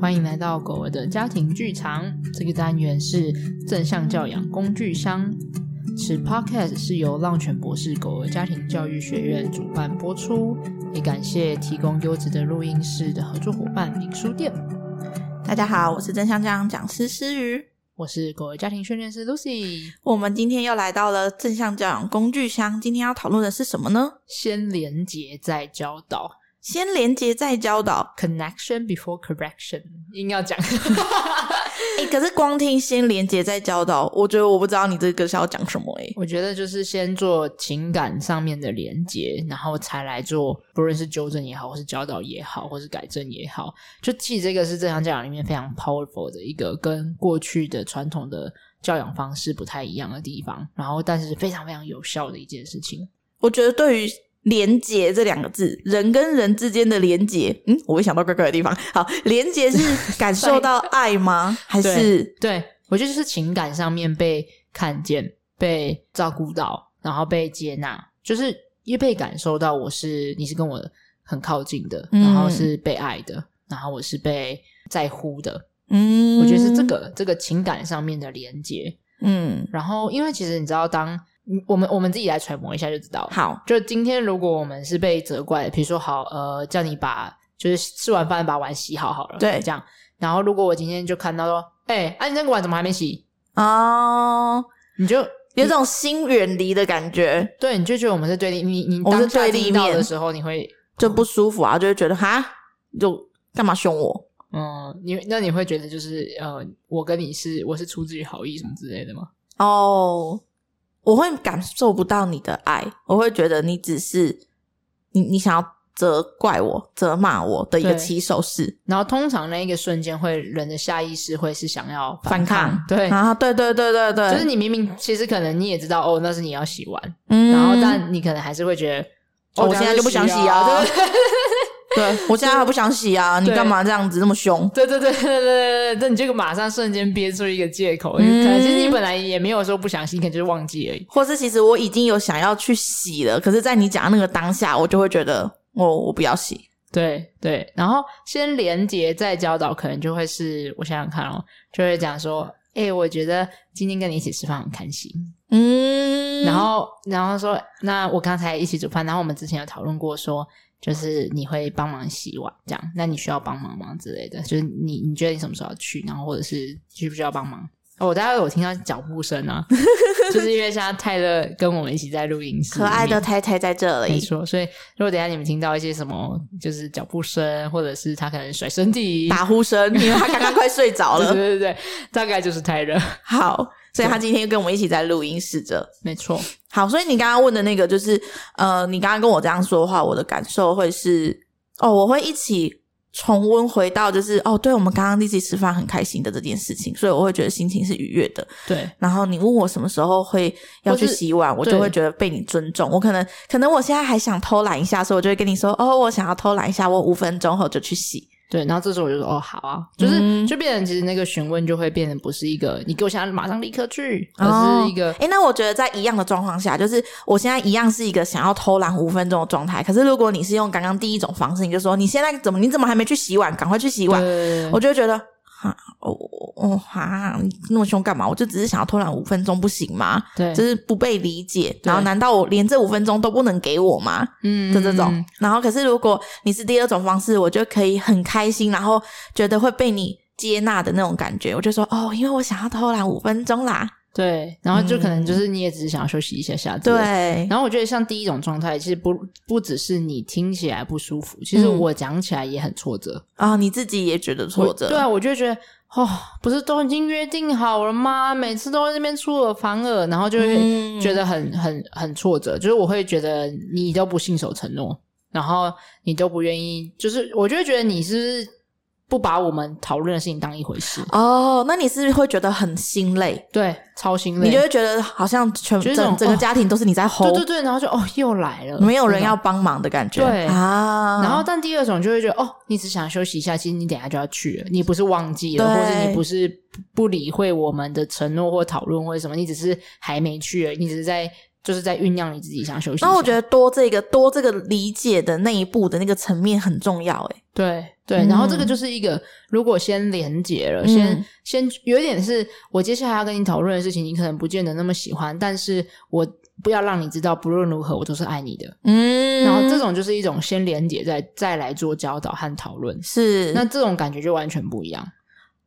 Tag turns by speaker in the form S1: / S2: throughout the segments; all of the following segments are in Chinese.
S1: 欢迎来到狗儿的家庭剧场。这个单元是正向教养工具箱。此 podcast 是由浪犬博士狗儿家庭教育学院主办播出，也感谢提供优质的录音室的合作伙伴影书店。
S2: 大家好，我是正向教养讲师诗瑜。
S1: 我是狗儿家庭训练师 Lucy。
S2: 我们今天又来到了正向教养工具箱，今天要讨论的是什么呢？
S1: 先连接再教导
S2: 先连接再教导。
S1: ，connection before correction，硬要讲。
S2: 哎、可是光听先连接再教导，我觉得我不知道你这个是要讲什么哎、
S1: 我觉得就是先做情感上面的连接，然后才来做，不论是纠正也好，或是教导也好，或是改正也好，就记这个是正向教养里面非常 powerful 的一个跟过去的传统的教养方式不太一样的地方，然后但是非常非常有效的一件事情。
S2: 我觉得对于连接这两个字，人跟人之间的连接，嗯，我会想到怪怪的地方。好，连接是感受到爱吗？还是
S1: 对我觉得就是情感上面被看见、被照顾到，然后被接纳，就是也被感受到我是你是跟我很靠近的，
S2: 嗯
S1: 然后是被爱的，然后我是被在乎的。
S2: 嗯
S1: 我觉得是这，个这个情感上面的连接。
S2: 嗯，
S1: 然后，因为其实你知道当，嗯我们我们自己来揣摩一下就知道了。
S2: 好，
S1: 就今天，如果我们是被责怪的，比如说好，呃，叫你把就是吃完饭把碗洗好好了，
S2: 对
S1: 这样。然后，如果我今天就看到说，哎、啊，你那个碗怎么还没洗？
S2: 哦，
S1: 你就
S2: 有种心远离的感觉，
S1: 对，你就觉得我们是对立，你你
S2: 我们
S1: 当
S2: 是
S1: 下
S2: 对立
S1: 听到的
S2: 面
S1: 时候，你会
S2: 就不舒服啊，就会觉得哈，就干嘛凶我？
S1: 嗯，你那你会觉得就是呃，我跟你是我是出自于好意什么之类的吗？
S2: 哦，我会感受不到你的爱，我会觉得你只是你你想要责怪我、责骂我的一个
S1: 对
S2: 起手式，
S1: 然后通常那一个瞬间会人的下意识会是想要
S2: 反
S1: 抗，
S2: 抗
S1: 对。
S2: 啊，对对对对对，
S1: 就是你明明其实可能你也知道哦，那是你要洗碗，
S2: 嗯
S1: 然后但你可能还是会觉得，
S2: 哦
S1: 哦，
S2: 我现在就不想洗
S1: 啊，
S2: 啊
S1: 对 不对
S2: 对我现在还不想洗啊，你
S1: 对
S2: 干嘛这样子这么凶？
S1: 对对对对对对对，那你这个马上瞬间憋出一个借口，因为可能其实你本来也没有说不想洗，你可能就是忘记而已。
S2: 或是其实我已经有想要去洗了，可是，在你讲的那个当下，我就会觉得，哦，我不要
S1: 嗯
S2: 洗。
S1: 对对，然后先连接再教导，可能就会是我想想看哦，就会讲说，哎、我觉得今天跟你一起吃饭很开心。
S2: 嗯
S1: 然后然后说，那我刚才一起煮饭，然后我们之前有讨论过说，就是你会帮忙洗碗这样，那你需要帮忙吗之类的？就是你你觉得你什么时候要去，然后或者是需不需要帮忙？哦，大家有听到脚步声啊，就是因为现在泰勒跟我们一起在录音室，
S2: 可爱的太太在这
S1: 没
S2: 里，
S1: 错，所以如果等一下你们听到一些什么，就是脚步声，或者是他可能甩身体，
S2: 打呼声，因为他刚刚快睡着
S1: 对
S2: 了。
S1: 对对对，大概就是太热，
S2: 好，所以他今天又跟我们一起在录音室这。
S1: 没错，
S2: 好，所以你刚刚问的那个就是，呃，你刚刚跟我这样说话，我的感受会是，哦，我会一起重温回到就是，哦，对我们刚刚一起吃饭很开心的这件事情，所以我会觉得心情是愉悦的。
S1: 对
S2: 然后你问我什么时候会要去洗碗，我
S1: 是
S2: 就会觉得被你尊重。我可能可能我现在还想偷懒一下，所以我就会跟你说，哦，我想要偷懒一下，我五分钟后就去洗。
S1: 对。然后这时候我就说哦，好啊，就是、
S2: 嗯
S1: 就变成其实那个询问就会变成不是一个你给我现在马上立刻去，而
S2: 哦
S1: 是一个、
S2: 诶，那我觉得在一样的状况下，就是我现在一样是一个想要偷懒五分钟的状态。可是如果你是用刚刚第一种方式，你就说你现在怎么你怎么还没去洗碗，赶快去洗碗，
S1: 对
S2: 我就会觉得。哈，哦哦哈，你那么凶干嘛？我就只是想要偷懒五分钟，不行吗？
S1: 对，
S2: 就是不被理解。然后难道我连这五分钟都不能给我吗？
S1: 嗯
S2: 的这种。
S1: 嗯
S2: 然后，可是如果你是第二种方式，我就可以很开心，然后觉得会被你接纳的那种感觉。我就说哦，因为我想要偷懒五分钟啦。
S1: 对，然后就可能就是你也只是想要休息一下下，之类的
S2: 嗯对，
S1: 然后我觉得像第一种状态，其实不不只是你听起来不舒服，其实
S2: 嗯
S1: 我讲起来也很挫折。
S2: 啊、你自己也觉得挫折，
S1: 我对啊，我就觉得哦，不是都已经约定好了吗？每次都在那边出尔反尔，然后就会
S2: 嗯
S1: 觉得很、很很挫折。就是我会觉得你都不信守承诺，然后你都不愿意，就是我就会觉得你是不是不把我们讨论的事情当一回事。
S2: 哦，那你是不是会觉得很心累？
S1: 对，超心累，
S2: 你就会觉得好像全
S1: 就是那种
S2: 整整个
S1: 哦
S2: 家庭都是你在吼、
S1: 对对对，然后就哦又来了，
S2: 没有人
S1: 这种
S2: 要帮忙的感觉。
S1: 对
S2: 啊，
S1: 然后，但第二种就会觉得，哦，你只想休息一下，其实你等一下就要去了，你不是忘记了，
S2: 对
S1: 或者你不是不理会我们的承诺或讨论或者什么，你只是还没去而已，你只是在就是在酝酿你自己想休息一下。
S2: 然后我觉得多这个多这个理解的那一步的那个层面很重要、欸，
S1: 对对，然后这个就是一个，如果先连接了，先
S2: 嗯
S1: 先有一点是我接下来要跟你讨论的事情，你可能不见得那么喜欢，但是我不要让你知道，不论如何我都是爱你的。
S2: 嗯
S1: 然后这种就是一种先连接，再再来做教导和讨论，
S2: 是
S1: 那这种感觉就完全不一样。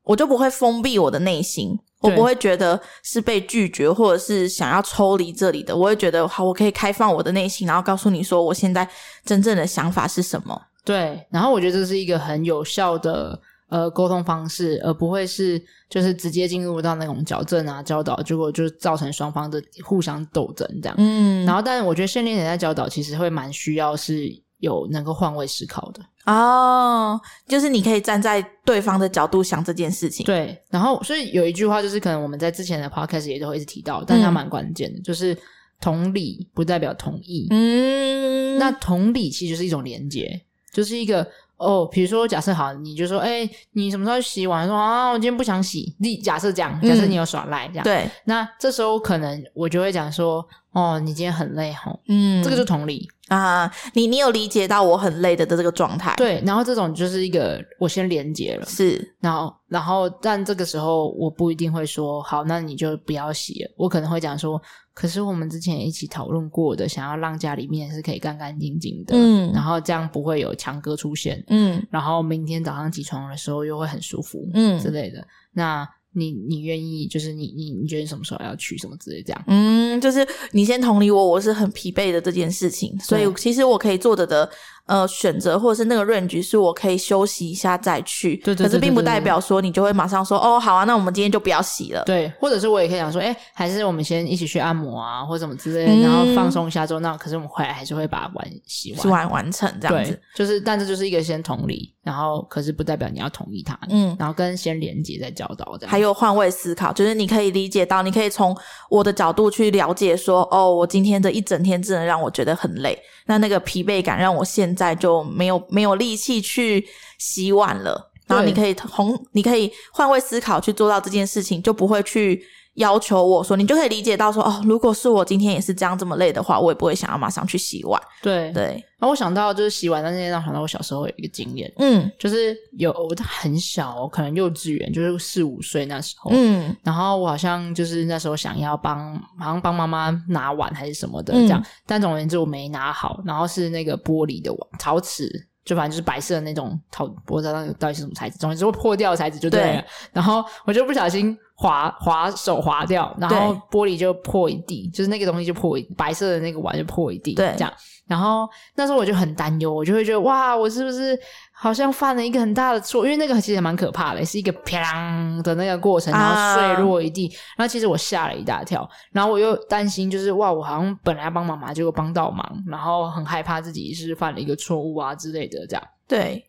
S2: 我就不会封闭我的内心，我
S1: 对
S2: 不会觉得是被拒绝，或者是想要抽离这里的。我会觉得，好，我可以开放我的内心，然后告诉你说，我现在真正的想法是什么。
S1: 对，然后我觉得这是一个很有效的呃沟通方式，而不会是就是直接进入到那种矫正啊教导，结果就造成双方的互相斗争这样。
S2: 嗯
S1: 然后，但是我觉得训练人在教导其实会蛮需要是有能够换位思考的。
S2: 哦，就是你可以站在对方的角度想这件事情。，
S1: 对，然后所以有一句话就是，可能我们在之前的 podcast 也都会一直提到，但它
S2: 嗯
S1: 蛮关键的，就是同理不代表同意。
S2: 嗯，
S1: 那同理其实就是一种连接，就是一个哦，比如说假设好，你就说，哎、你什么时候洗碗？说啊，我今天不想洗。例假设这样，假设
S2: 嗯
S1: 你有耍赖这样，
S2: 对，
S1: 那这时候可能我就会讲说，哦，你今天很累吼，
S2: 嗯，
S1: 这个就同理。
S2: 啊、你你有理解到我很累的的这个状态，，
S1: 对，然后这种就是一个我先连接了。
S2: 是，
S1: 然后，然后，但这个时候我不一定会说好，那你就不要洗了。我可能会讲说，可是我们之前一起讨论过的，想要让家里面是可以干干净净的，
S2: 嗯
S1: 然后这样不会有强哥出现，
S2: 嗯
S1: 然后明天早上起床的时候又会很舒服，之
S2: 嗯
S1: 类的。那你你愿意，就是你你你觉得你什么时候要去什么之类这样？
S2: 嗯，就是你先同理我，我是很疲惫的这件事情，所以
S1: 对
S2: 其实我可以做的的呃选择，或者是那个 range 是我可以休息一下再去，
S1: 对对对
S2: 可是并不
S1: 对对
S2: 代
S1: 对
S2: 表说你就会马上说哦，好啊，那我们今天就不要洗了，
S1: 对，或者是我也可以讲说，哎、还是我们先一起去按摩啊，或什么之类的，
S2: 嗯
S1: 然后放松一下之后，那可是我们回来还是会把碗洗完
S2: 是。完完成这样
S1: 对
S2: 子，，
S1: 就是，但这就是一个先同理，然后可是不代表你要同意他，
S2: 嗯。
S1: 然后跟先连接再教导这样。
S2: 还有换位思考，就是你可以理解到，你可以从我的角度去了解说，哦，我今天的一整天真的让我觉得很累，那那个疲惫感让我现在就没有没有力气去洗碗了。然后
S1: 对
S2: 你可以同你可以换位思考去做到这件事情，就不会去要求我说，你就可以理解到说，哦，如果是我今天也是这样这么累的话，我也不会想要马上去洗碗。
S1: 对，然
S2: 对，
S1: 后我想到就是洗碗那件，让我想到我小时候有一个经验，
S2: 嗯
S1: 就是有我很小哦、可能幼稚园就是四五岁那时候，
S2: 嗯
S1: 然后我好像就是那时候想要帮，好像帮妈妈拿碗还是什么的
S2: 嗯
S1: 这样，但总而言之我没拿好，然后是那个玻璃的碗陶瓷，就反正就是白色的那种陶，我不知道那个到底是什么材质，总之会破掉的材质就对了。
S2: 对
S1: 然后我就不小心滑滑手滑掉，然后玻璃就破一地，就是那个东西就破一白色的那个碗就破一地，
S2: 对
S1: 这样。然后那时候我就很担忧，我就会觉得哇，我是不是好像犯了一个很大的错？因为那个其实蛮可怕的，是一个啪啷的那个过程，然后碎落一地。然后其实我吓了一大跳，然后我又担心，就是哇，我好像本来要帮妈妈，结果帮到忙，然后很害怕自己是犯了一个错误啊之类的这样。
S2: 对，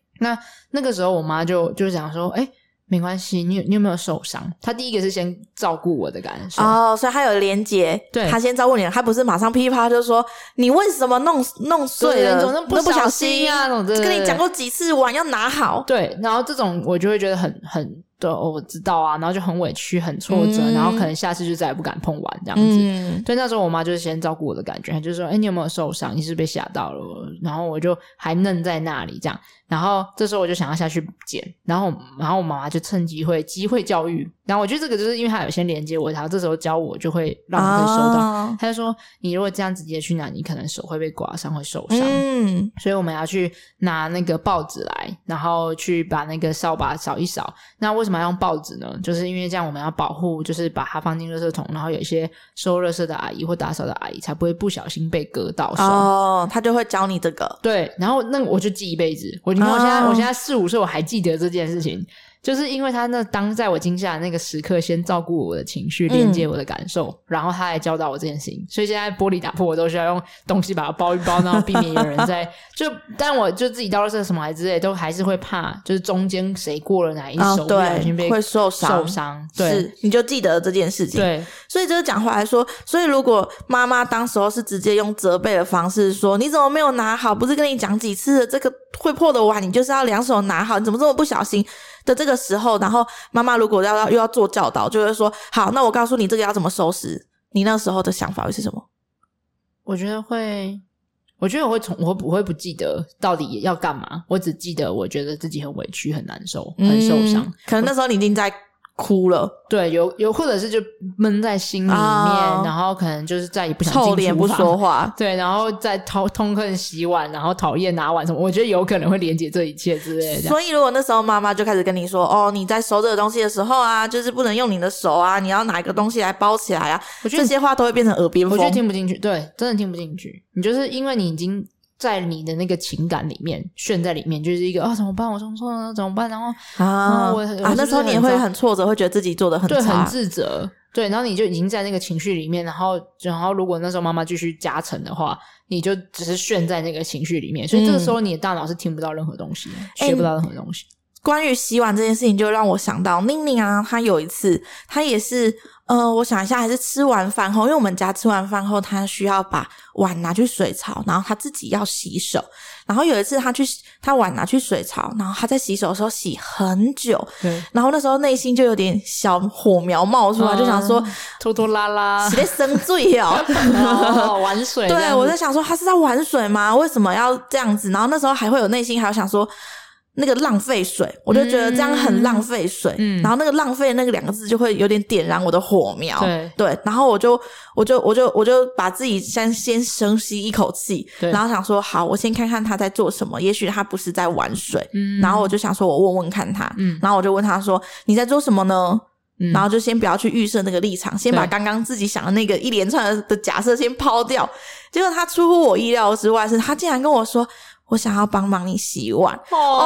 S1: 那个时候我妈就就想说，哎、没关系，你有你有没有受伤？她第一个是先照顾我的感受，
S2: 哦，所以他有连结，
S1: 对
S2: 他先照顾你，他不是马上噼啪就说你为什么弄弄碎
S1: 对
S2: 了，
S1: 怎么那么不
S2: 那不
S1: 小
S2: 小
S1: 心
S2: 心
S1: 啊那种对对对
S2: 跟你讲过几次碗要拿好，
S1: 对，然后这种我就会觉得很很的、哦，我知道啊，然后就很委屈、很挫折，
S2: 嗯
S1: 然后可能下次就再也不敢碰碗这样子。
S2: 嗯，
S1: 对，那时候我妈就是先照顾我的感觉，她就说：“哎、你有没有受伤？你是不是被吓到了？”然后我就还愣在那里这样。然后这时候我就想要下去捡，然后然后我妈妈就趁机会机会教育。然后我觉得这个就是因为她有先连接我，然后这时候教我就会让我可以收到。
S2: 哦
S1: 她就说：“你如果这样直接去拿，你可能手会被刮伤，会受伤。
S2: 嗯，
S1: 所以我们要去拿那个报纸来，然后去把那个扫把扫一扫。那为什么要用报纸呢？就是因为这样我们要保护，就是把它放进垃圾桶，然后有一些收垃圾的阿姨或打扫的阿姨才不会不小心被割到手。
S2: 哦，他就会教你这个，
S1: 对，然后那个我就记一辈子。我你看我现在、
S2: 哦
S1: 我现在四五岁，我还记得这件事情，就是因为他那当在我惊吓的那个时刻，先照顾我的情
S2: 嗯
S1: 绪，连接我的感受，然后他来教导我这件事情。所以现在玻璃打破，我都需要用东西把它包一包，然后避免有人 在就，但我就自己到了这什么来之类，都还是会怕，就是中间谁过了哪一
S2: 哦
S1: 手，不小心被
S2: 对，会受
S1: 受
S2: 伤，
S1: 伤，对
S2: 是，你就记得这件事情，
S1: 对
S2: 所以就是讲回来说，所以如果妈妈当时候是直接用责备的方式说，你怎么没有拿好？不是跟你讲几次了，这个会破的碗你就是要两手拿好，你怎么这么不小心？的这个时候，然后妈妈如果要要又要做教导，就会说，好，那我告诉你这个要怎么收拾。你那时候的想法会是什么？
S1: 我觉得会，我觉得我会从我不我会不记得到底要干嘛，我只记得我觉得自己很委屈、很难受、很受伤。
S2: 嗯可能那时候你已经在哭了，
S1: 对，有有或者是就闷在心里面，
S2: 哦
S1: 然后可能就是再也不想
S2: 臭
S1: 进
S2: 脸
S1: 厨
S2: 不
S1: 房
S2: 说话。
S1: 对，然后再痛痛恨洗碗，然后讨厌拿碗什么，我觉得有可能会连接这一切之类的这样。
S2: 所以，如果那时候妈妈就开始跟你说：“哦，你在收这个东西的时候啊，就是不能用你的手啊，你要拿一个东西来包起来啊。”
S1: 我觉
S2: 这
S1: 得
S2: 些话都会变成耳边
S1: 我
S2: 风
S1: 觉。得听不进去，对，真的听不进去。你就是因为你已经在你的那个情感里面陷在里面，就是一个啊怎么办？我冲错了怎么办？然后
S2: 啊
S1: 啊我我是不
S2: 啊
S1: 是，
S2: 那时候你也
S1: 很
S2: 会
S1: 糟
S2: 很挫折，会觉得自己做的很
S1: 对，
S2: 差
S1: 很自责。对，然后你就已经在那个情绪里面，然后，然后如果那时候妈妈继续加成的话，你就只是陷在那个情绪里面，所以这个时候你的大脑是听不到任何东西的，
S2: 嗯哎
S1: 学不到任何东西。
S2: 关于洗碗这件事情，就让我想到宁宁啊，她有一次，她也是，呃，我想一下，还是吃完饭后，因为我们家吃完饭后，她需要把碗拿去水槽，然后她自己要洗手。然后有一次，她去，她碗拿去水槽，然后她在洗手的时候洗很久，
S1: 对，
S2: 然后那时候内心就有点小火苗冒出来，就想说
S1: 嗯拖拖拉 拉
S2: 洗，得生醉哦。
S1: 哦玩水这样
S2: 对，
S1: 子，
S2: 我在想说他是在玩水吗？为什么要这样子？然后那时候还会有内心还有想说那个浪费水，我就觉得这样很浪费水。
S1: 嗯
S2: 然后那个浪费那个两个字就会有点点燃我的火苗。
S1: 对
S2: 然后我就我就我就我就把自己先先深吸一口气，
S1: 对
S2: 然后想说好，我先看看他在做什么，也许他不是在玩水。
S1: 嗯
S2: 然后我就想说，我问问看他，
S1: 嗯
S2: 然后我就问他说：“你在做什么呢？”
S1: 嗯
S2: 然后就先不要去预设那个立场，先把
S1: 对
S2: 刚刚自己想的那个一连串的假设先抛掉。结果他出乎我意料之外，是他竟然跟我说：“我想要帮忙你洗碗。”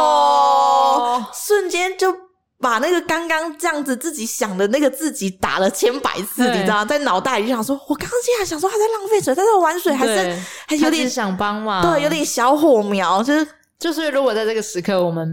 S2: 哦，瞬间就把那个刚刚这样子自己想的那个自己打了千百次，
S1: 对
S2: 你知道吗，在脑袋里就想说：“我刚刚竟然想说他在浪费水，他在玩水，还是
S1: 对
S2: 还有
S1: 他只
S2: 点
S1: 是想帮忙，
S2: 对，有点小火苗，就是
S1: 就是如果在这个时刻我们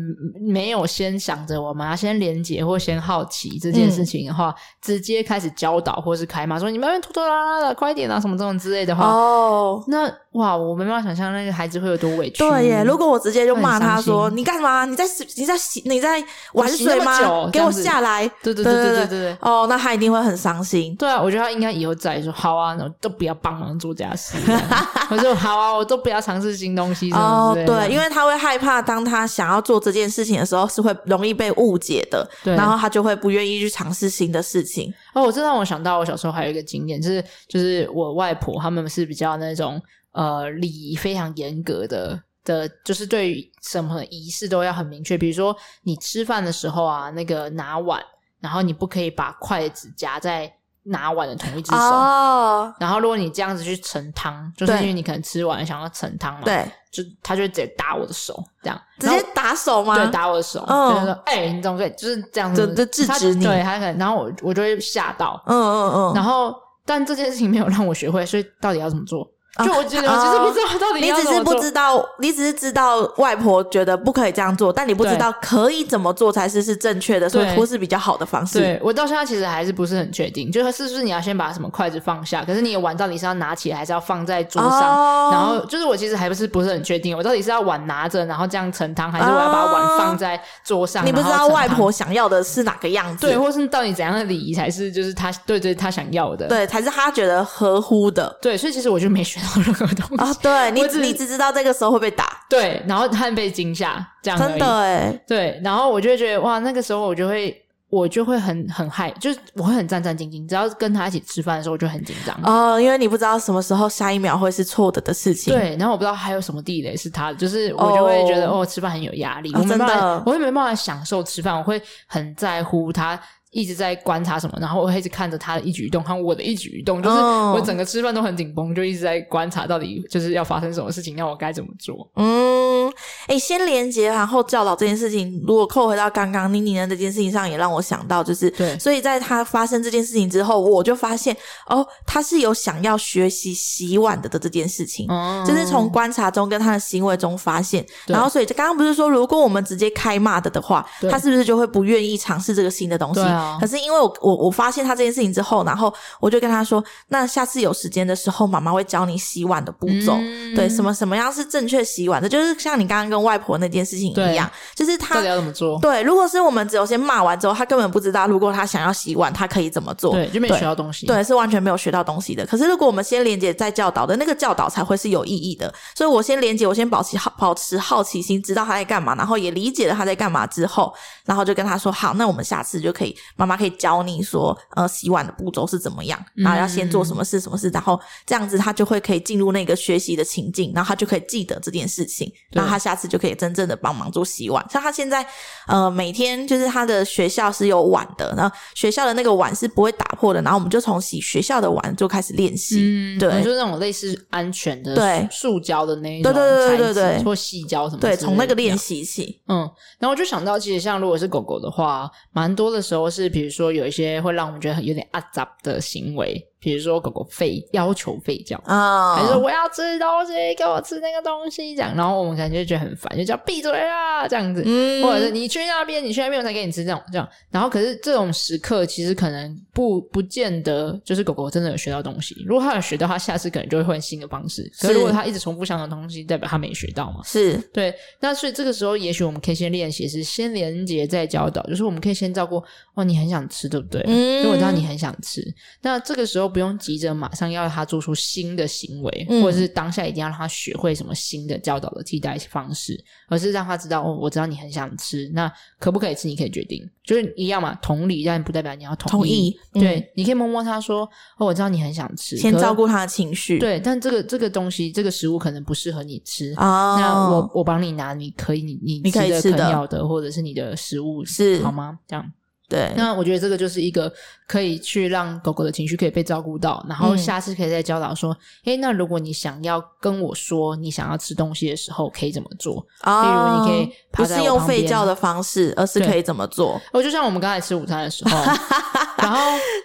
S1: 没有先想着我们要先连结或先好奇这件事情的话，
S2: 嗯
S1: 直接开始教导或是开骂说你们拖拖拉拉的，快一点啊什么这种之类的话，
S2: 哦，
S1: 那哇，我没办法想象那个孩子会有多委屈。
S2: 对耶，如果我直接就
S1: 嗯会很
S2: 骂他
S1: 伤
S2: 说：“
S1: 心
S2: 你干嘛？你在洗你在洗你在玩
S1: 洗
S2: 水
S1: 那么
S2: 吗？
S1: 久
S2: 给
S1: 这
S2: 我
S1: 样子
S2: 下来！”
S1: 对对对对对对对
S2: 哦，那他一定会很伤心。
S1: 对啊，我觉得他应该以后再说好啊，那我都不要帮忙做家事 这样。我说好啊，我都不要尝试新东西什么
S2: 哦
S1: 之，类的。
S2: 对，因为他会害怕，当他想要做这件事情的时候，是会容易被误解的，
S1: 对
S2: 然后他就会不愿意去尝试新的事情。
S1: 哦，我这让我想到我小时候还有一个经验，就是就是我外婆他们是比较那种呃礼仪非常严格的。的就是对于什么仪式都要很明确，比如说你吃饭的时候啊，那个拿碗，然后你不可以把筷子夹在拿碗的同一只手，
S2: 哦，
S1: 然后如果你这样子去盛汤，就是
S2: 对
S1: 因为你可能吃完想要盛汤嘛，，
S2: 对，
S1: 就他就会直接打我的手，这样
S2: 直
S1: 然
S2: 接
S1: 后
S2: 打手吗？
S1: 对，打我的手，
S2: 嗯
S1: 就是说，哎、你怎么可以就是这样子
S2: 就，就制止你
S1: 他对他可能，然后我我就会吓到，
S2: 嗯嗯嗯，
S1: 然后但这件事情没有让我学会，所以到底要怎么做？
S2: 啊
S1: 就我觉得我就是不知道到底
S2: 你
S1: 要
S2: 只
S1: 怎么
S2: 是
S1: 做，
S2: 不知道，你只是知道外婆觉得不可以这样做，但你不知
S1: 对
S2: 道可以怎么做才是是正确的，所以
S1: 对
S2: 或是比较好的方式。
S1: 对我到现在其实还是不是很确定，就是是不是你要先把什么筷子放下，可是你的碗到底是要拿起来还是要放在桌上？
S2: 哦
S1: 然后就是我其实还不是不是很确定，我到底是要碗拿着，然后这样盛汤，还是我要把碗放在桌上？
S2: 你不知
S1: 然
S2: 道
S1: 后盛
S2: 外
S1: 汤
S2: 婆想要的是哪个样子，
S1: 对，或是到底怎样的礼仪才是就是他对对他想要的？
S2: 对才是她觉得合乎的
S1: 对，所以其实我就没学到任何东西。
S2: 啊。对你
S1: 我
S2: 只
S1: 只
S2: 你只知道这个时候会被打，
S1: 对，然后他被惊吓，这样而
S2: 真
S1: 已
S2: 的哎，
S1: 对，然后我就会觉得哇，那个时候我就会我就会很很害，就是我会很战战兢兢，只要跟他一起吃饭的时候我就很紧张。
S2: 哦，因为你不知道什么时候下一秒会是错的的事情。，
S1: 对，然后我不知道还有什么地雷是他的，就是我就会觉得
S2: 哦
S1: 哦吃饭很有压力，
S2: 啊
S1: 我没
S2: 真的
S1: 办法，我会没办法享受吃饭，我会很在乎他一直在观察什么，然后我会一直看着他的一举一动和我的一举一动，就是
S2: 哦
S1: 我整个吃饭都很紧绷，就一直在观察到底就是要发生什么事情，让我该怎么做。
S2: 嗯，哎，先连接然后教导这件事情，如果扣回到刚刚妮妮的这件事情上，也让我想到就是
S1: 对
S2: 所以在他发生这件事情之后，我就发现哦，他是有想要学习洗碗的的这件事情。
S1: 哦
S2: 就是从观察中跟他的行为中发现，
S1: 对
S2: 然后所以刚刚不是说，如果我们直接开骂的的话，
S1: 对
S2: 他是不是就会不愿意尝试这个新的东西？
S1: 对啊啊
S2: 可，是因为我我我发现他这件事情之后，然后我就跟他说，那下次有时间的时候，妈妈会教你洗碗的步骤，
S1: 嗯
S2: 对，什么什么样是正确洗碗的，就是像你刚刚跟外婆那件事情一样，就是
S1: 到
S2: 他
S1: 底要怎么做？
S2: 对，如果是我们只有先骂完之后，他根本不知道，如果他想要洗碗，他可以怎么做，
S1: 对，就没学到东西。，
S2: 对，是完全没有学到东西的。可是如果我们先连接再教导的那个教导才会是有意义的。所以我先连接，我先保持好保持好奇心，知道他在干嘛，然后也理解了他在干嘛之后，然后就跟他说好，那我们下次就可以，妈妈可以教你说，呃，洗碗的步骤是怎么样，然后要先做什么事什么事，然后这样子他就会可以进入那个学习的情境，然后他就可以记得这件事情，
S1: 对
S2: 然后他下次就可以真正的帮忙做洗碗。像他现在呃，每天就是他的学校是有碗的，然后学校的那个碗是不会打破的，然后我们就从洗学校的碗就开始练习。
S1: 嗯，
S2: 对
S1: 就是那种类似安全的
S2: 对
S1: 塑塑胶的那一种
S2: 对对对
S1: 材质
S2: 对对对
S1: 或细胶什么之类
S2: 对，
S1: 的，
S2: 从那个练习起。
S1: 嗯，然后我就想到，其实像如果是狗狗的话，蛮多的时候是，比如说有一些会让我们觉得很有点阿杂的行为，比如说狗狗吠，要求吠叫。
S2: 啊、
S1: 还是我要吃东西，给我吃那个东西，这样，然后我们感觉就觉得很烦，就叫闭嘴啦，这样子，
S2: 嗯
S1: 或者是你去那边，你去那边我才给你吃这种这样。然后可是这种时刻，其实可能不不见得就是狗狗真的有学到东西。如果它有学到，它下次可能就会换新的方式。可是
S2: 是
S1: 如果它一直重复相同的东西，代表它没学到嘛？
S2: 是
S1: 对，那所以这个时候，也许我们可以先练习，是先连接再教导，就是我们可以先照顾哦，你很想吃，对不对？
S2: 嗯
S1: 因为我知道你很想吃，那这个时候不用急着马上要他做出新的行为，
S2: 嗯
S1: 或者是当下一定要让他学会什么新的教导的替代方式，而是让他知道哦，我知道你很想吃，那可不可以吃？你可以决定，就是一样嘛，同理，但不代表你要同
S2: 同意嗯
S1: 对，你可以摸摸他说哦，我知道你很想吃，
S2: 先
S1: 可
S2: 照顾他的情绪。
S1: 对，但这个这个东西，这个食物可能不适合你吃
S2: 啊、
S1: 那我我帮你拿，你可以你你
S2: 你可以
S1: 的
S2: 吃
S1: 啃
S2: 的
S1: 咬的，或者是你的食物
S2: 是
S1: 好吗？这样，
S2: 对
S1: 那我觉得这个就是一个可以去让狗狗的情绪可以被照顾到，然后
S2: 嗯
S1: 下次可以再教导说，诶，那如果你想要跟我说你想要吃东西的时候，可以怎么做？
S2: 啊，
S1: 例如你可以
S2: 不
S1: 趴
S2: 是
S1: 在我
S2: 用
S1: 旁
S2: 吠
S1: 边
S2: 叫的方式，而是
S1: 对
S2: 可以怎么做？
S1: 哦，就像我们刚才吃午餐的时候， 然后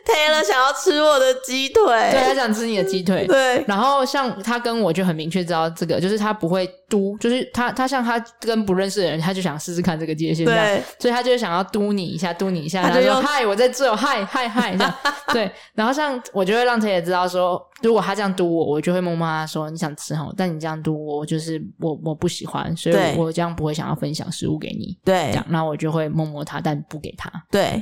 S2: Taylor 想要吃我的鸡
S1: 对，
S2: 腿，
S1: 它想吃你的鸡腿，
S2: 对
S1: 然后像他跟我就很明确知道这个，就是他不会嘟，就是他他像他跟不认识的人，他就想试试看这个界限，这样
S2: 对，
S1: 所以他就想要嘟你一下，嘟你一下，
S2: 他
S1: 然
S2: 就
S1: 后说
S2: 用
S1: 嗨，我在这，嗨嗨嗨 这样，对。然后像我就会让他也知道说，如果他这样嘟我，我就会摸摸他说你想吃哈，但你这样嘟我，我就是我我不喜欢，所以
S2: 对嗯
S1: 我我这样不会想要分享食物给你。这
S2: 对
S1: 样，然后我就会摸摸他，但不给他。
S2: 对，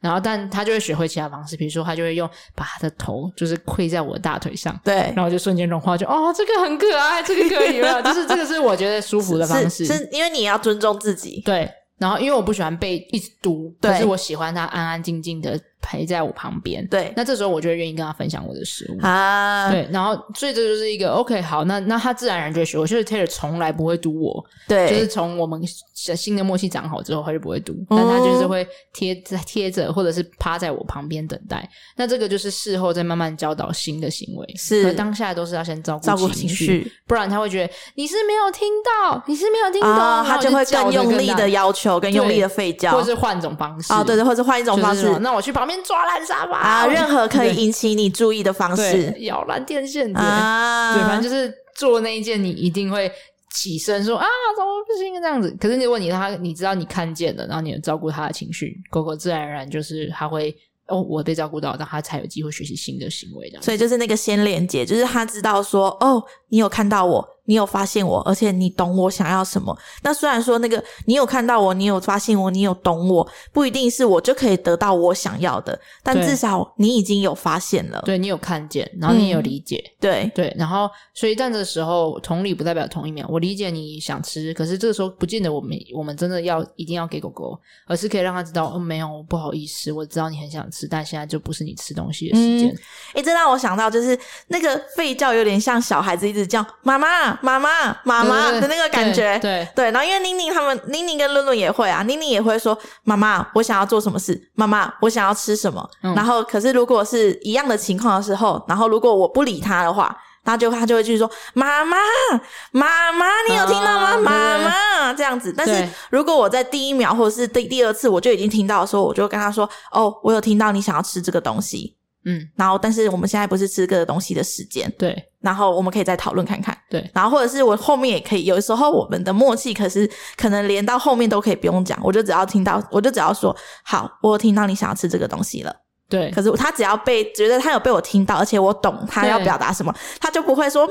S1: 然后，但他就会学会其他方式，比如说，他就会用把他的头就是跪在我的大腿上，
S2: 对
S1: 然，后我就瞬间融化，就哦，这个很可爱，这个可以了，就是这个是我觉得舒服的方式。
S2: 是是因为你也要尊重自己，
S1: 对，然后因为我不喜欢被一直读，
S2: 对
S1: 可是我喜欢他安安静静的陪在我旁边。
S2: 对
S1: 那这时候我就会愿意跟他分享我的食物。
S2: 啊，
S1: 对，然后所以这就是一个 OK，好，那那他自然而然就会学。我就是 Taylor 从来不会读我，
S2: 对，哦
S1: 就是从我们新的默契长好之后，他就不会读，但他就是会贴贴着，或者是趴在我旁边等待。那这个就是事后再慢慢教导新的行为，
S2: 是
S1: 可当下都是要先照顾
S2: 照顾
S1: 情
S2: 情绪
S1: 不然他会觉得你是没有听到，你是没有听懂，
S2: 啊，他
S1: 就
S2: 就会更用力的，要求，更用力的吠叫
S1: 或者是换种方式
S2: 啊，对对，或者换一
S1: 就
S2: 种
S1: 是
S2: 方
S1: 什么
S2: 式
S1: 那我去旁边抓烂沙发
S2: 啊，任何可以
S1: 对
S2: 引起你注意的方式
S1: 对咬烂电线对
S2: 啊，
S1: 对，反正就是做那一件，你一定会起身说啊，怎么不行这样子？可是如果你让他，你知道你看见了，然后你有照顾他的情绪，狗狗自然而然就是他会哦，我被照顾到，让他才有机会学习新的行为这样子。
S2: 所以就是那个先连接，就是他知道说，哦，你有看到我，你有发现我，而且你懂我想要什么。那虽然说那个你有看到我，你有发现我，你有懂我，不一定是我就可以得到我想要的，但
S1: 对
S2: 至少你已经有发现了。
S1: 对你有看见，然后你也有
S2: 嗯
S1: 理解，
S2: 对
S1: 对，然后所以但这时候同理不代表同意秒，我理解你想吃，可是这个时候不见得我们我们真的要一定要给狗狗，而是可以让它知道，嗯，没有，不好意思，我知道你很想吃，但现在就不是你吃东西的
S2: 嗯
S1: 时间，
S2: 诶，这让我想到，就是那个吠叫有点像小孩子一直叫妈妈、妈妈、妈妈
S1: 对
S2: 的那个感觉。
S1: 对对
S2: 对，然后因为宁宁他们，宁宁跟论论也会啊，宁宁也会说：“妈妈，我想要做什么事？妈妈，我想要吃什么？”
S1: 嗯
S2: 然后，可是如果是一样的情况的时候，然后如果我不理他的话，他就他就会去说：“妈妈，妈妈，你有听到吗？
S1: 啊
S2: 妈
S1: 对
S2: 妈。”这样子。但是
S1: 对
S2: 如果我在第一秒或者是第第二次我就已经听到的时候，我就跟他说：“哦，我有听到你想要吃这个东西。”
S1: 嗯，
S2: 然后但是我们现在不是吃各个东西的时间，
S1: 对
S2: 然后我们可以再讨论看看。
S1: 对，
S2: 然后或者是我后面也可以，有时候我们的默契可是可能连到后面都可以不用讲，我就只要听到，我就只要说好，我有听到你想要吃这个东西了。
S1: 对
S2: 可是他只要被觉得他有被我听到，而且我懂他要
S1: 对
S2: 表达什么，他就不会说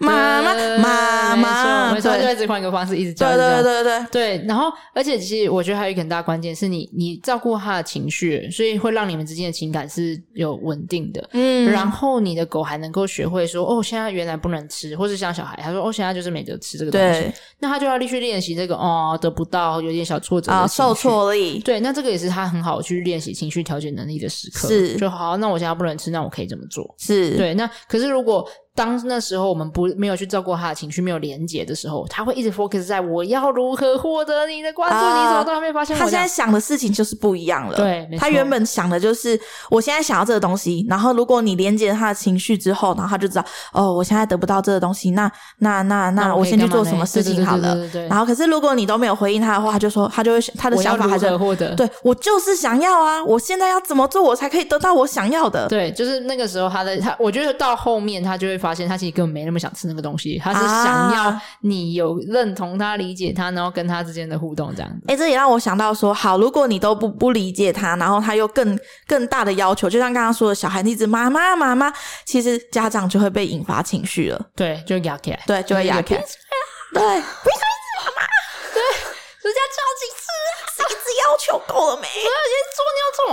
S2: 妈妈妈
S1: 对
S2: 妈妈妈，
S1: 没错，没错就
S2: 对
S1: 一直换一个方式，一直教，
S2: 对
S1: 一直教
S2: 对对对，
S1: 对，然后而且其实我觉得还有一个很大关键是你你照顾他的情绪，所以会让你们之间的情感是有稳定的。
S2: 嗯，
S1: 然后你的狗还能够学会说哦，现在原来不能吃，或是像小孩，他说哦，现在就是没得吃这个东西，
S2: 对
S1: 那他就要去练习这个哦，得不到有点小挫折的
S2: 啊，
S1: 情绪
S2: 受。挫力，
S1: 对，那这个也是他很好去练习情绪调节能力的时刻。
S2: 是
S1: 就好，那我现在不能吃，那我可以怎么做？
S2: 是，
S1: 对，那可是如果当那时候我们不没有去照顾他的情绪，没有连接的时候，他会一直 focus 在我要如何获得你的关注，
S2: 啊
S1: 你怎么都还没发现我
S2: 他
S1: 这
S2: 现
S1: 样？
S2: 在想的事情就是不一样了。。
S1: 对，没
S2: 他
S1: 错
S2: 原本想的就是，我现在想要这个东西，然后如果你连接他的情绪之后，然后他就知道，哦，我现在得不到这个东西，那那那那
S1: 那
S2: 我
S1: 可以
S2: 先去
S1: 干嘛
S2: 做
S1: 嘞
S2: 什么事
S1: 对对
S2: 情好
S1: 对对
S2: 了。
S1: 对对对
S2: 然后，可是如果你都没有回应他的话，他就说，他就会他的
S1: 我要
S2: 想法还
S1: 如
S2: 是
S1: 何获得？
S2: 对我就是想要啊！我现在要怎么做，我才可以得到我想要的？
S1: 对，就是那个时候他的他，我觉得到后面他就会发现，他其实根本没那么想吃那个东西，他是想要
S2: 啊
S1: 你有认同他、理解他，然后跟他之间的互动这样子。
S2: 哎、这也让我想到说，好，如果你都不不理解他，然后他又更更大的要求，就像刚刚说的小孩一直妈妈妈妈，其实家长就会被引发情绪了，
S1: 对，就压起来，
S2: 对，就会压
S1: 就是
S2: 开
S1: 一个，
S2: 对，不要一直妈妈，对，人家叫几次，是一次要求够了没？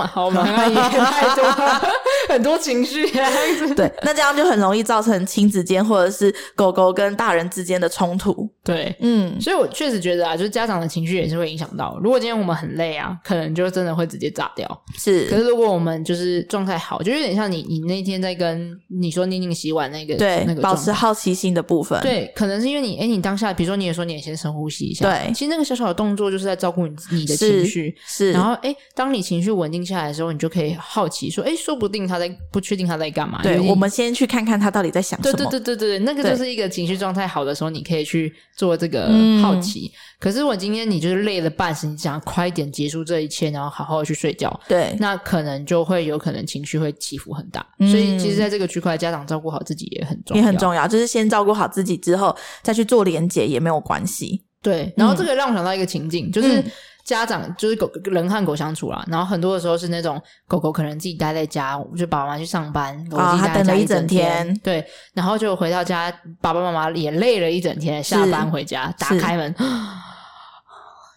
S1: 做尿重啊，好嘛， 太多了很多情绪啊，一 直
S2: 对，那这样就很容易造成亲子间或者是狗狗跟大人之间的冲突。
S1: 对，
S2: 嗯，
S1: 所以我确实觉得啊，就是家长的情绪也是会影响到。如果今天我们很累啊，可能就真的会直接炸掉。可
S2: 是，
S1: 是如果我们就是状态好，就有点像你你那天在跟你说宁宁洗碗那个
S2: 对，
S1: 那个
S2: 保
S1: 状
S2: 持
S1: 态。
S2: 好奇心的部分。
S1: 对，可能是因为你，哎，你当下，比如说你也说你也先深呼吸一下，
S2: 对
S1: 其实那个小小的动作就是在照顾你你的
S2: 是
S1: 情绪，
S2: 是，
S1: 然后哎，当你情绪稳定下来的时候，你就可以好奇说，哎，说不定他在不确定他在干嘛，
S2: 对
S1: 有，点
S2: 我们先去看看他到底在想什
S1: 对
S2: 么。
S1: 对对对对，那个
S2: 对
S1: 就是一个情绪状态好的时候，你可以去做这个
S2: 嗯
S1: 好奇。可是我今天你就是累了半死，你想快点结束这一切，然后好好地去睡觉，
S2: 对
S1: 那可能就会有可能情绪会起伏很大。
S2: 嗯
S1: 所以其实在这个区块，家长照顾好自己也很重要，
S2: 也很重要，就是先照顾好自己之后再去做连结也没有关系。
S1: 对，然后这个让我想到一个情境，就是
S2: 嗯
S1: 家长就是狗人和狗相处啦，然后很多的时候是那种狗狗可能自己待在家，就爸爸妈妈去上班，狗狗
S2: 啊
S1: 自己待在
S2: 它等
S1: 家
S2: 了一
S1: 一整
S2: 整天
S1: 对，然后就回到家，爸爸妈妈也累了一整天，下班回家打
S2: 是
S1: 开门，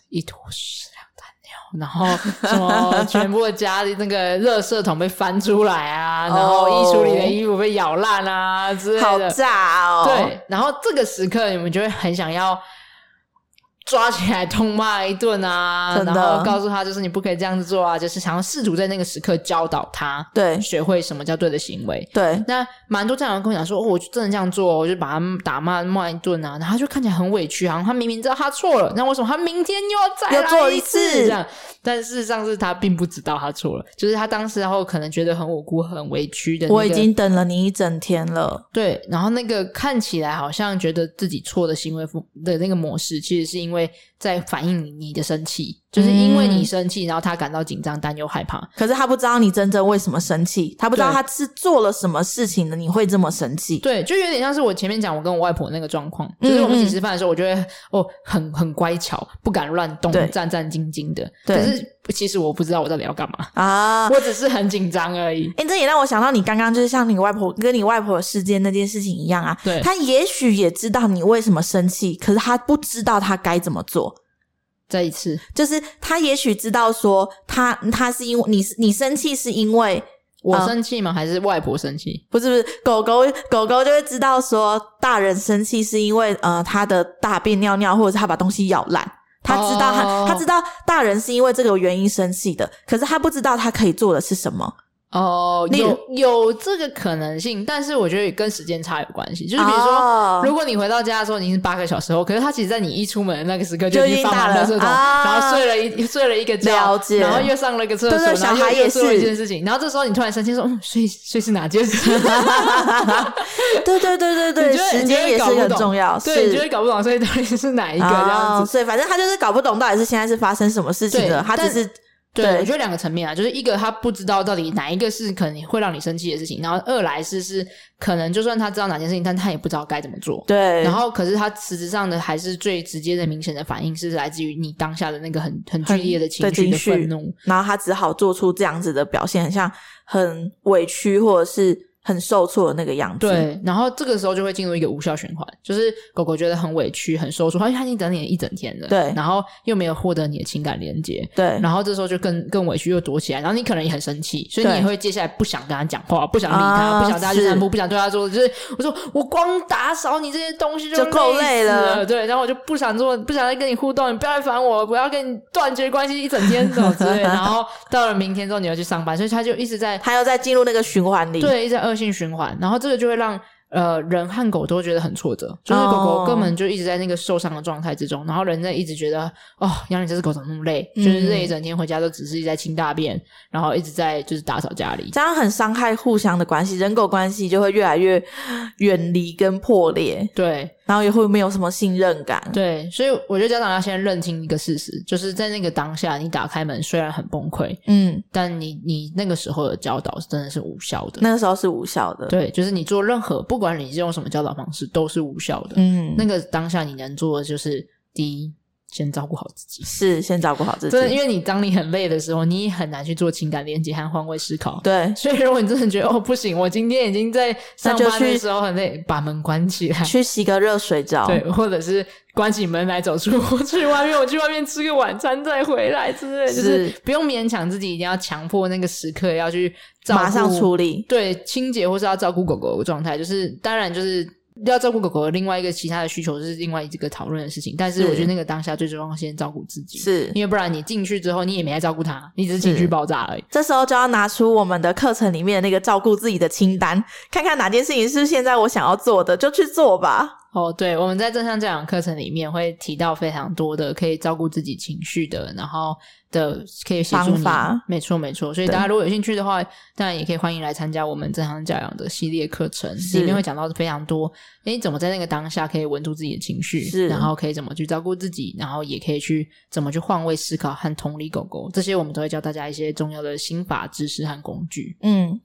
S1: 一坨屎。两滩尿，然后 什么全部的家里那个垃圾桶被翻出来啊，然后衣橱里的衣服被咬烂啊之类
S2: 哦好
S1: 的，
S2: 炸哦！
S1: 对，然后这个时刻你们就会很想要抓起来痛骂一顿啊，
S2: 真的
S1: 然后告诉他就是你不可以这样子做啊，就是想要试图在那个时刻教导他
S2: 对
S1: 学会什么叫对的行为。
S2: 对
S1: 那蛮多家长跟我讲说，哦，我就真的这样做哦，我就把他打骂骂一顿啊，然后他就看起来很委屈，好像他明明知道他错了，那为什么他明天又要再
S2: 又
S1: 来
S2: 做一
S1: 一
S2: 次
S1: 这样？但事实上是他并不知道他错了，就是他当时然后可能觉得很无辜、很委屈的、那个。
S2: 我已经等了你一整天了。
S1: 对，然后那个看起来好像觉得自己错的行为的那个模式，其实是因为在反映你你的生气，就是因为
S2: 嗯
S1: 你生气，然后他感到紧张、担忧、害怕。
S2: 可是他不知道你真正为什么生气，他不知道
S1: 对
S2: 他是做了什么事情的，你会这么生气。
S1: 对，就有点像是我前面讲我跟我外婆那个状况，就是我们
S2: 嗯
S1: 一起吃饭的时候，我就会哦很很乖巧，不敢乱动
S2: 对，
S1: 战战兢兢的。
S2: 对
S1: 可是其实我不知道我到底要干嘛，
S2: 啊，
S1: 我只是很紧张而已。
S2: 哎、这也让我想到你刚刚就是像你外婆跟你外婆事件那件事情一样啊。
S1: 对
S2: 他也许也知道你为什么生气，可是他不知道他该怎么做。
S1: 再一次，
S2: 就是他也许知道说他他是因为你你生气是因为
S1: 我
S2: 啊
S1: 生气吗？还是外婆生气？
S2: 不是不是狗狗狗狗就会知道说大人生气是因为呃他的大便尿尿或者是他把东西咬烂。他知道他
S1: 哦
S2: 他知道大人是因为这个原因生气的，可是他不知道他可以做的是什么。
S1: 哦，
S2: 例如
S1: 有有这个可能性，但是我觉得也跟时间差有关系。就是比如说，
S2: 哦
S1: 如果你回到家的时候已经是八个小时后，可是他其实在你一出门的那个时刻就
S2: 就
S1: 已
S2: 已
S1: 经
S2: 经
S1: 放
S2: 打
S1: 完
S2: 了
S1: 垃圾桶，
S2: 啊
S1: 然后睡了一睡了一个觉，
S2: 了解
S1: 然后又上了个厕所，
S2: 对对
S1: 然后
S2: 小孩
S1: 又
S2: 也
S1: 做了一
S2: 是
S1: 件事情，然后这时候你突然生气说：“嗯，睡睡是哪件 事？”
S2: 对对对对
S1: 你
S2: 对，
S1: 就会
S2: 时间也是很重要，
S1: 对，你就会
S2: 是
S1: 搞不懂，所以到底是哪一个这样
S2: 啊，
S1: 子。
S2: 所以反正他就是搞不懂到底是现在是发生什么事情
S1: 对
S2: 了，他只
S1: 但
S2: 是
S1: 对，
S2: 对
S1: 我觉得两个层面啊，就是一个他不知道到底哪一个是可能会让你生气的事情，然后二来是是可能就算他知道哪件事情，但他也不知道该怎么做。
S2: 对，
S1: 然后可是他实质上的还是最直接的、明显的反应是来自于你当下的那个很很剧
S2: 很
S1: 烈的情
S2: 对
S1: 绪
S2: 情
S1: 的
S2: 绪
S1: 愤怒。
S2: 然后他只好做出这样子的表现，很像很委屈或者是很受挫的那个样子。
S1: 对，然后这个时候就会进入一个无效循环，就是狗狗觉得很委屈、很受挫，因为它已经等你一整天了，
S2: 对
S1: 然后又没有获得你的情感连接，
S2: 对
S1: 然后这时候就更更委屈，又躲起来，然后你可能也很生气，所以你
S2: 对
S1: 也会接下来不想跟他讲话，不想理他，
S2: 啊
S1: 不想带他去
S2: 是
S1: 散步，不想对他做，就是我说我光打扫你这些东西
S2: 就够
S1: 累
S2: 累
S1: 死
S2: 了
S1: 了，对，然后我就不想做，不想再跟你互动，你不要来烦我，不要跟你断绝关系一整天什么之 类的，然后到了明天之后你要去上班，所以他就一直在
S2: 他又在进入那个循环里。
S1: 对，一直在恶性循环，然后这个就会让呃人和狗都觉得很挫折，就是狗狗
S2: 哦
S1: 根本就一直在那个受伤的状态之中，然后人在一直觉得哦，养你这只狗怎么那么累，就是
S2: 嗯
S1: 这一整天回家都只是一直在清大便，然后一直在就是打扫家里。
S2: 这样很伤害互相的关系，人狗关系就会越来越远离跟破裂，
S1: 对
S2: 然后也会没有什么信任感。
S1: 对，所以我觉得家长要先认清一个事实，就是在那个当下，你打开门虽然很崩溃，
S2: 嗯，
S1: 但你你那个时候的教导是真的是无效的。
S2: 那个时候是无效的。
S1: 对，就是你做任何，不管你是用什么教导方式，都是无效的。
S2: 嗯，
S1: 那个当下你能做的就是第一，先照顾好自己。
S2: 是先照顾好自己。
S1: 真的，因为你当你很累的时候，你也很难去做情感连接和换位思考。
S2: 对，
S1: 所以，如果你真的觉得哦不行，我今天已经在上班
S2: 那就
S1: 的
S2: 去
S1: 时候很累，把门关起来，
S2: 去洗个热水澡。
S1: 对，或者是关起门来走出，我去外面，我 去外面吃个晚餐再回来之类的，就是
S2: 是
S1: 不用勉强自己一定要强迫那个时刻要去照顾
S2: 马上处理。
S1: 对清洁或是要照顾狗狗的状态，就是当然就是要照顾狗狗的另外一个其他的需求是另外一个讨论的事情，但是
S2: 是
S1: 我觉得那个当下最重要先照顾自己，
S2: 是，
S1: 因为不然你进去之后你也没在照顾它，你只是情绪
S2: 是
S1: 爆炸而已。
S2: 这时候就要拿出我们的课程里面的那个照顾自己的清单，看看哪件事情是现在我想要做的，就去做吧。
S1: 哦，对，我们在正向教养课程里面会提到非常多的可以照顾自己情绪的，然后的可以协助
S2: 方
S1: 你
S2: 法。
S1: 没错，没错。所以
S2: 对
S1: 大家如果有兴趣的话，当然也可以欢迎来参加我们正向教养的系列课程，
S2: 是
S1: 里面会讲到非常多，诶，怎么在那个当下可以稳住自己的情绪，
S2: 是
S1: 然后可以怎么去照顾自己，然后也可以去怎么去换位思考和同理狗狗，这些我们都会教大家一些重要的心法、知识和工具。
S2: 嗯，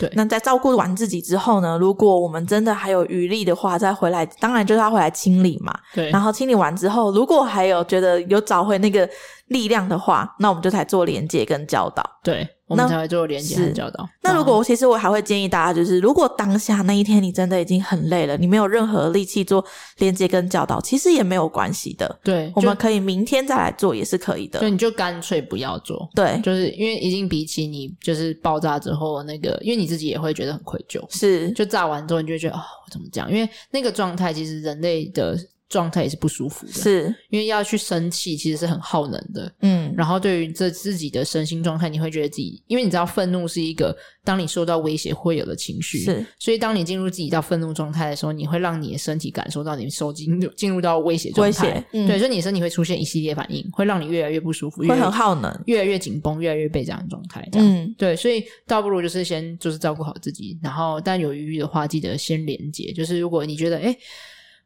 S1: 对
S2: 那在照顾完自己之后呢，如果我们真的还有余力的话，再回来，当然就是要回来清理嘛。
S1: 对，
S2: 然后清理完之后，如果还有觉得有找回那个力量的话，那我们就才做连接跟教导。
S1: 对，我们
S2: 那
S1: 才会做连接和
S2: 是
S1: 教导。
S2: 那如
S1: 然后
S2: 果其实我还会建议大家，就是如果当下那一天你真的已经很累了，你没有任何力气做连接跟教导，其实也没有关系的，
S1: 对，
S2: 我
S1: 就
S2: 们可以明天再来做也是可以
S1: 所以
S2: 的。
S1: 你就干脆不要做，
S2: 对，
S1: 就是因为已经比起你就是爆炸之后那个，因为你自己也会觉得很愧疚，
S2: 是，
S1: 就炸完之后你就会觉得哦，我怎么这样？因为那个状态其实人类的状态也是不舒服的，
S2: 是，
S1: 因为要去生气其实是很耗能的。
S2: 嗯，
S1: 然后对于这自己的身心状态，你会觉得自己，因为你知道愤怒是一个当你受到威胁会有的情绪，
S2: 是
S1: 所以当你进入自己到愤怒状态的时候，你会让你的身体感受到你受进入进入到威胁状
S2: 威
S1: 态，
S2: 胁，嗯
S1: 对，，所以你身体会出现一系列反应，会让你越来越不舒服，越
S2: 会
S1: 来越
S2: 很耗能。
S1: 越来越紧绷，越来越被这样的状态。这样、
S2: 嗯，
S1: 对，所以倒不如就是先就是照顾好自己，然后但有余裕的话，记得先连接。就是如果你觉得哎。诶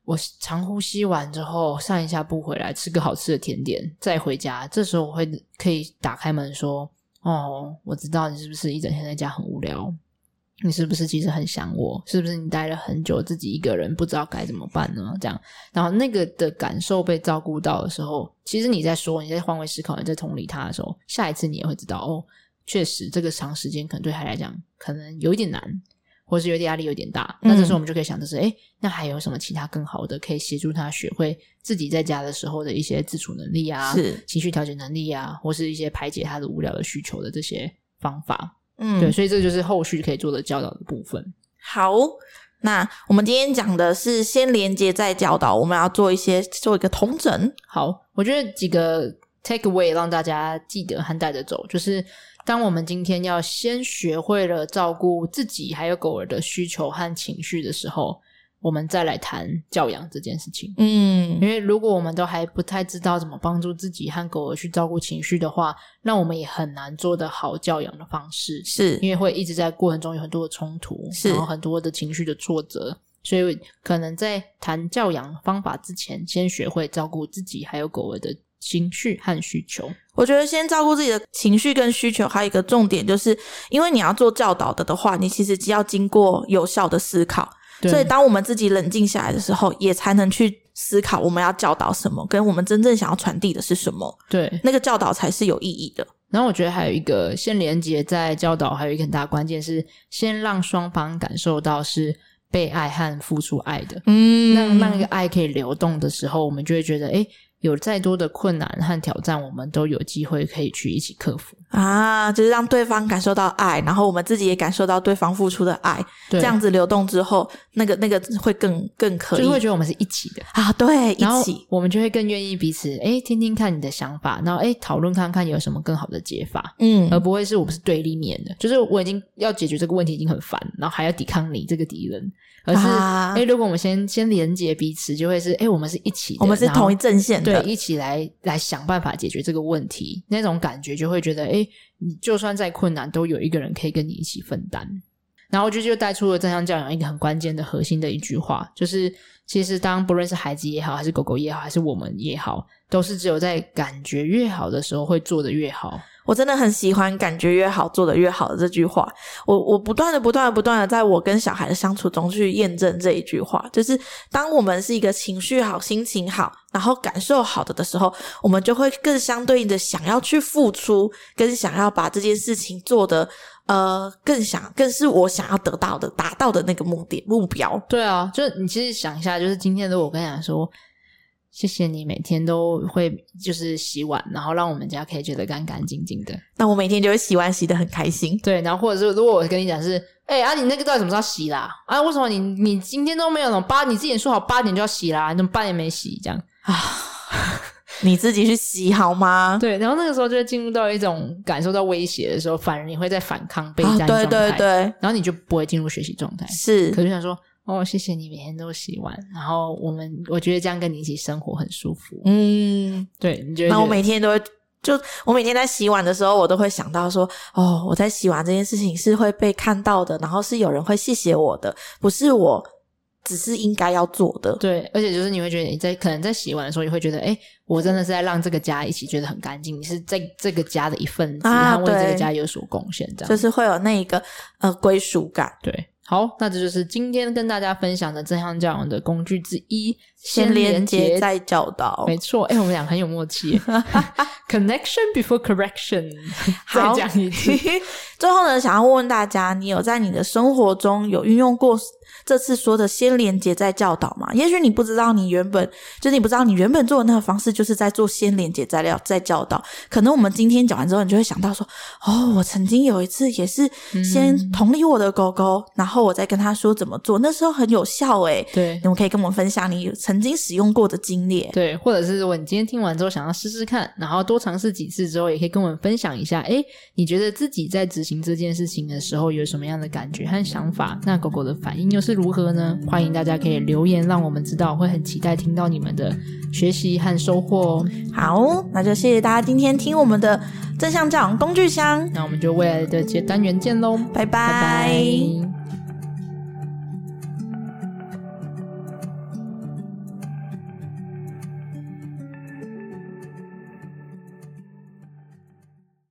S1: 我长呼吸完之后，散一下步回来，吃个好吃的甜点，再回家。这时候我会可以打开门说：“哦，我知道你是不是一整天在家很无聊，你是不是其实很想我？是不是你待了很久，自己一个人不知道该怎么办呢？”这样，然后那个的感受被照顾到的时候，其实你在说、你在换位思考、你在同理他的时候，下一次你也会知道哦，确实这个长时间可能对他来讲可能有一点难，或是有点压力有点大。那这时候我们就可以想的是，哎、那还有什么其他更好的可以协助他学会自己在家的时候的一些自处能力啊，
S2: 是，
S1: 情绪调节能力啊，或是一些排解他的无聊的需求的这些方法。
S2: 嗯，
S1: 对，所以这就是后续可以做的教导的部分。
S2: 好，那我们今天讲的是先连接再教导，我们要做一些做一个同整。
S1: 好，我觉得几个 take away 让大家记得和带着走，就是当我们今天要先学会了照顾自己还有狗儿的需求和情绪的时候，我们再来谈教养这件事情。
S2: 嗯
S1: 因为如果我们都还不太知道怎么帮助自己和狗儿去照顾情绪的话，那我们也很难做得好教养的方式，
S2: 是
S1: 因为会一直在过程中有很多的冲突，
S2: 是
S1: 然后很多的情绪的挫折，所以可能在谈教养方法之前，先学会照顾自己还有狗儿的情绪和需求。
S2: 我觉得先照顾自己的情绪跟需求，还有一个重点就是，因为你要做教导的的话，你其实要经过有效的思考。
S1: 对
S2: 所以，当我们自己冷静下来的时候，也才能去思考我们要教导什么，跟我们真正想要传递的是什么，
S1: 对，
S2: 那个教导才是有意义的。
S1: 然后我觉得还有一个先连接在教导，还有一个很大的关键是先让双方感受到是被爱和付出爱的。
S2: 嗯
S1: 让让那个爱可以流动的时候，我们就会觉得，哎、有再多的困难和挑战，我们都有机会可以去一起克服。
S2: 啊，就是让对方感受到爱，然后我们自己也感受到对方付出的爱，
S1: 对，
S2: 这样子流动之后，那个那个会更更可
S1: 就会
S2: 以
S1: 觉得我们是一起的，
S2: 啊，对，
S1: 然后呃
S2: 一起
S1: 我们就会更愿意彼此，哎、听听看你的想法，然后哎，讨论看看有什么更好的解法。
S2: 嗯
S1: 而不会是我们是对立面的，就是我已经要解决这个问题已经很烦，然后还要抵抗你这个敌人，而是哎、
S2: 啊
S1: 诶如果我们先先连接彼此，就会是哎、诶我们是一起的，
S2: 我们是
S1: 然后
S2: 同一阵线
S1: 对，
S2: 的，
S1: 一起来来想办法解决这个问题，那种感觉就会觉得，哎，你就算再困难，都有一个人可以跟你一起分担。然后就就带出了正向教养一个很关键的核心的一句话，就是其实当不论是孩子也好，还是狗狗也好，还是我们也好，都是只有在感觉越好的时候会做得越好。
S2: 我真的很喜欢“感觉越好，做得越好”的这句话。我我不断的、不断的、不断的，在我跟小孩的相处中去验证这一句话，就是当我们是一个情绪好、心情好，然后感受好的的时候，我们就会更相对应的想要去付出，跟想要把这件事情做的呃更想，更是我想要得到的、达到的那个目的目标。
S1: 对啊，就是你其实想一下，就是今天如果我跟你讲说，谢谢你每天都会就是洗碗，然后让我们家可以觉得干干净净的，
S2: 那我每天就会洗碗洗的很开心。
S1: 对，然后或者是如果我跟你讲是，哎、啊，你那个到底什么时候洗啦？啊，为什么你你今天都没有？八你之前说好八点就要洗啦，你怎么八点没洗？这样
S2: 你自己去洗好吗？
S1: 对，然后那个时候就会进入到一种感受到威胁的时候，反而你会在反抗备
S2: 啊
S1: 战，状态，
S2: 对对对，
S1: 然后你就不会进入学习状态。
S2: 是
S1: 可。是想说，哦，谢谢你每天都洗碗，然后我们我觉得这样跟你一起生活很舒服。
S2: 嗯，
S1: 对，你觉得
S2: 那我每天都会，就我每天在洗碗的时候，我都会想到说，哦，我在洗碗这件事情是会被看到的，然后是有人会谢谢我的，不是我只是应该要做的。
S1: 对，而且就是你会觉得你在可能在洗碗的时候，你会觉得，哎、我真的是在让这个家一起觉得很干净，你是在这个家的一份子，
S2: 啊
S1: 然后为这个
S2: 对
S1: 家有所贡献，这样
S2: 就是会有那一个呃归属感，
S1: 对。好，那这就是今天跟大家分享的正向教养的工具之一，
S2: 先连接
S1: 接。
S2: 再教导
S1: 没。错，哎、我们俩很有默契 耶，connection before correction，再
S2: 好
S1: 讲一次。
S2: 最后呢，想要问问大家，你有在你的生活中有运用过这次说的先连接再教导吗？也许你不知道，你原本就是你不知道你原本做的那个方式，就是在做先连接再料再教导。可能我们今天讲完之后，你就会想到说，哦，我曾经有一次也是先
S1: 嗯
S2: 同理我的狗狗，然后我再跟他说怎么做，那时候很有效诶、
S1: 对
S2: 你们可以跟我们分享你曾经使用过的经历。
S1: 对，或者是如果你今天听完之后想要试试看，然后多尝试几次之后，也可以跟我们分享一下，哎，你觉得自己在执行这件事情的时候有什么样的感觉和想法？那狗狗的反应又是如何呢？欢迎大家可以留言让我们知道，会很期待听到你们的学习和收获哦。
S2: 好，那就谢谢大家今天听我们的正向教养工具箱，
S1: 那我们就未来的节单元见喽，
S2: 拜拜。
S1: 拜拜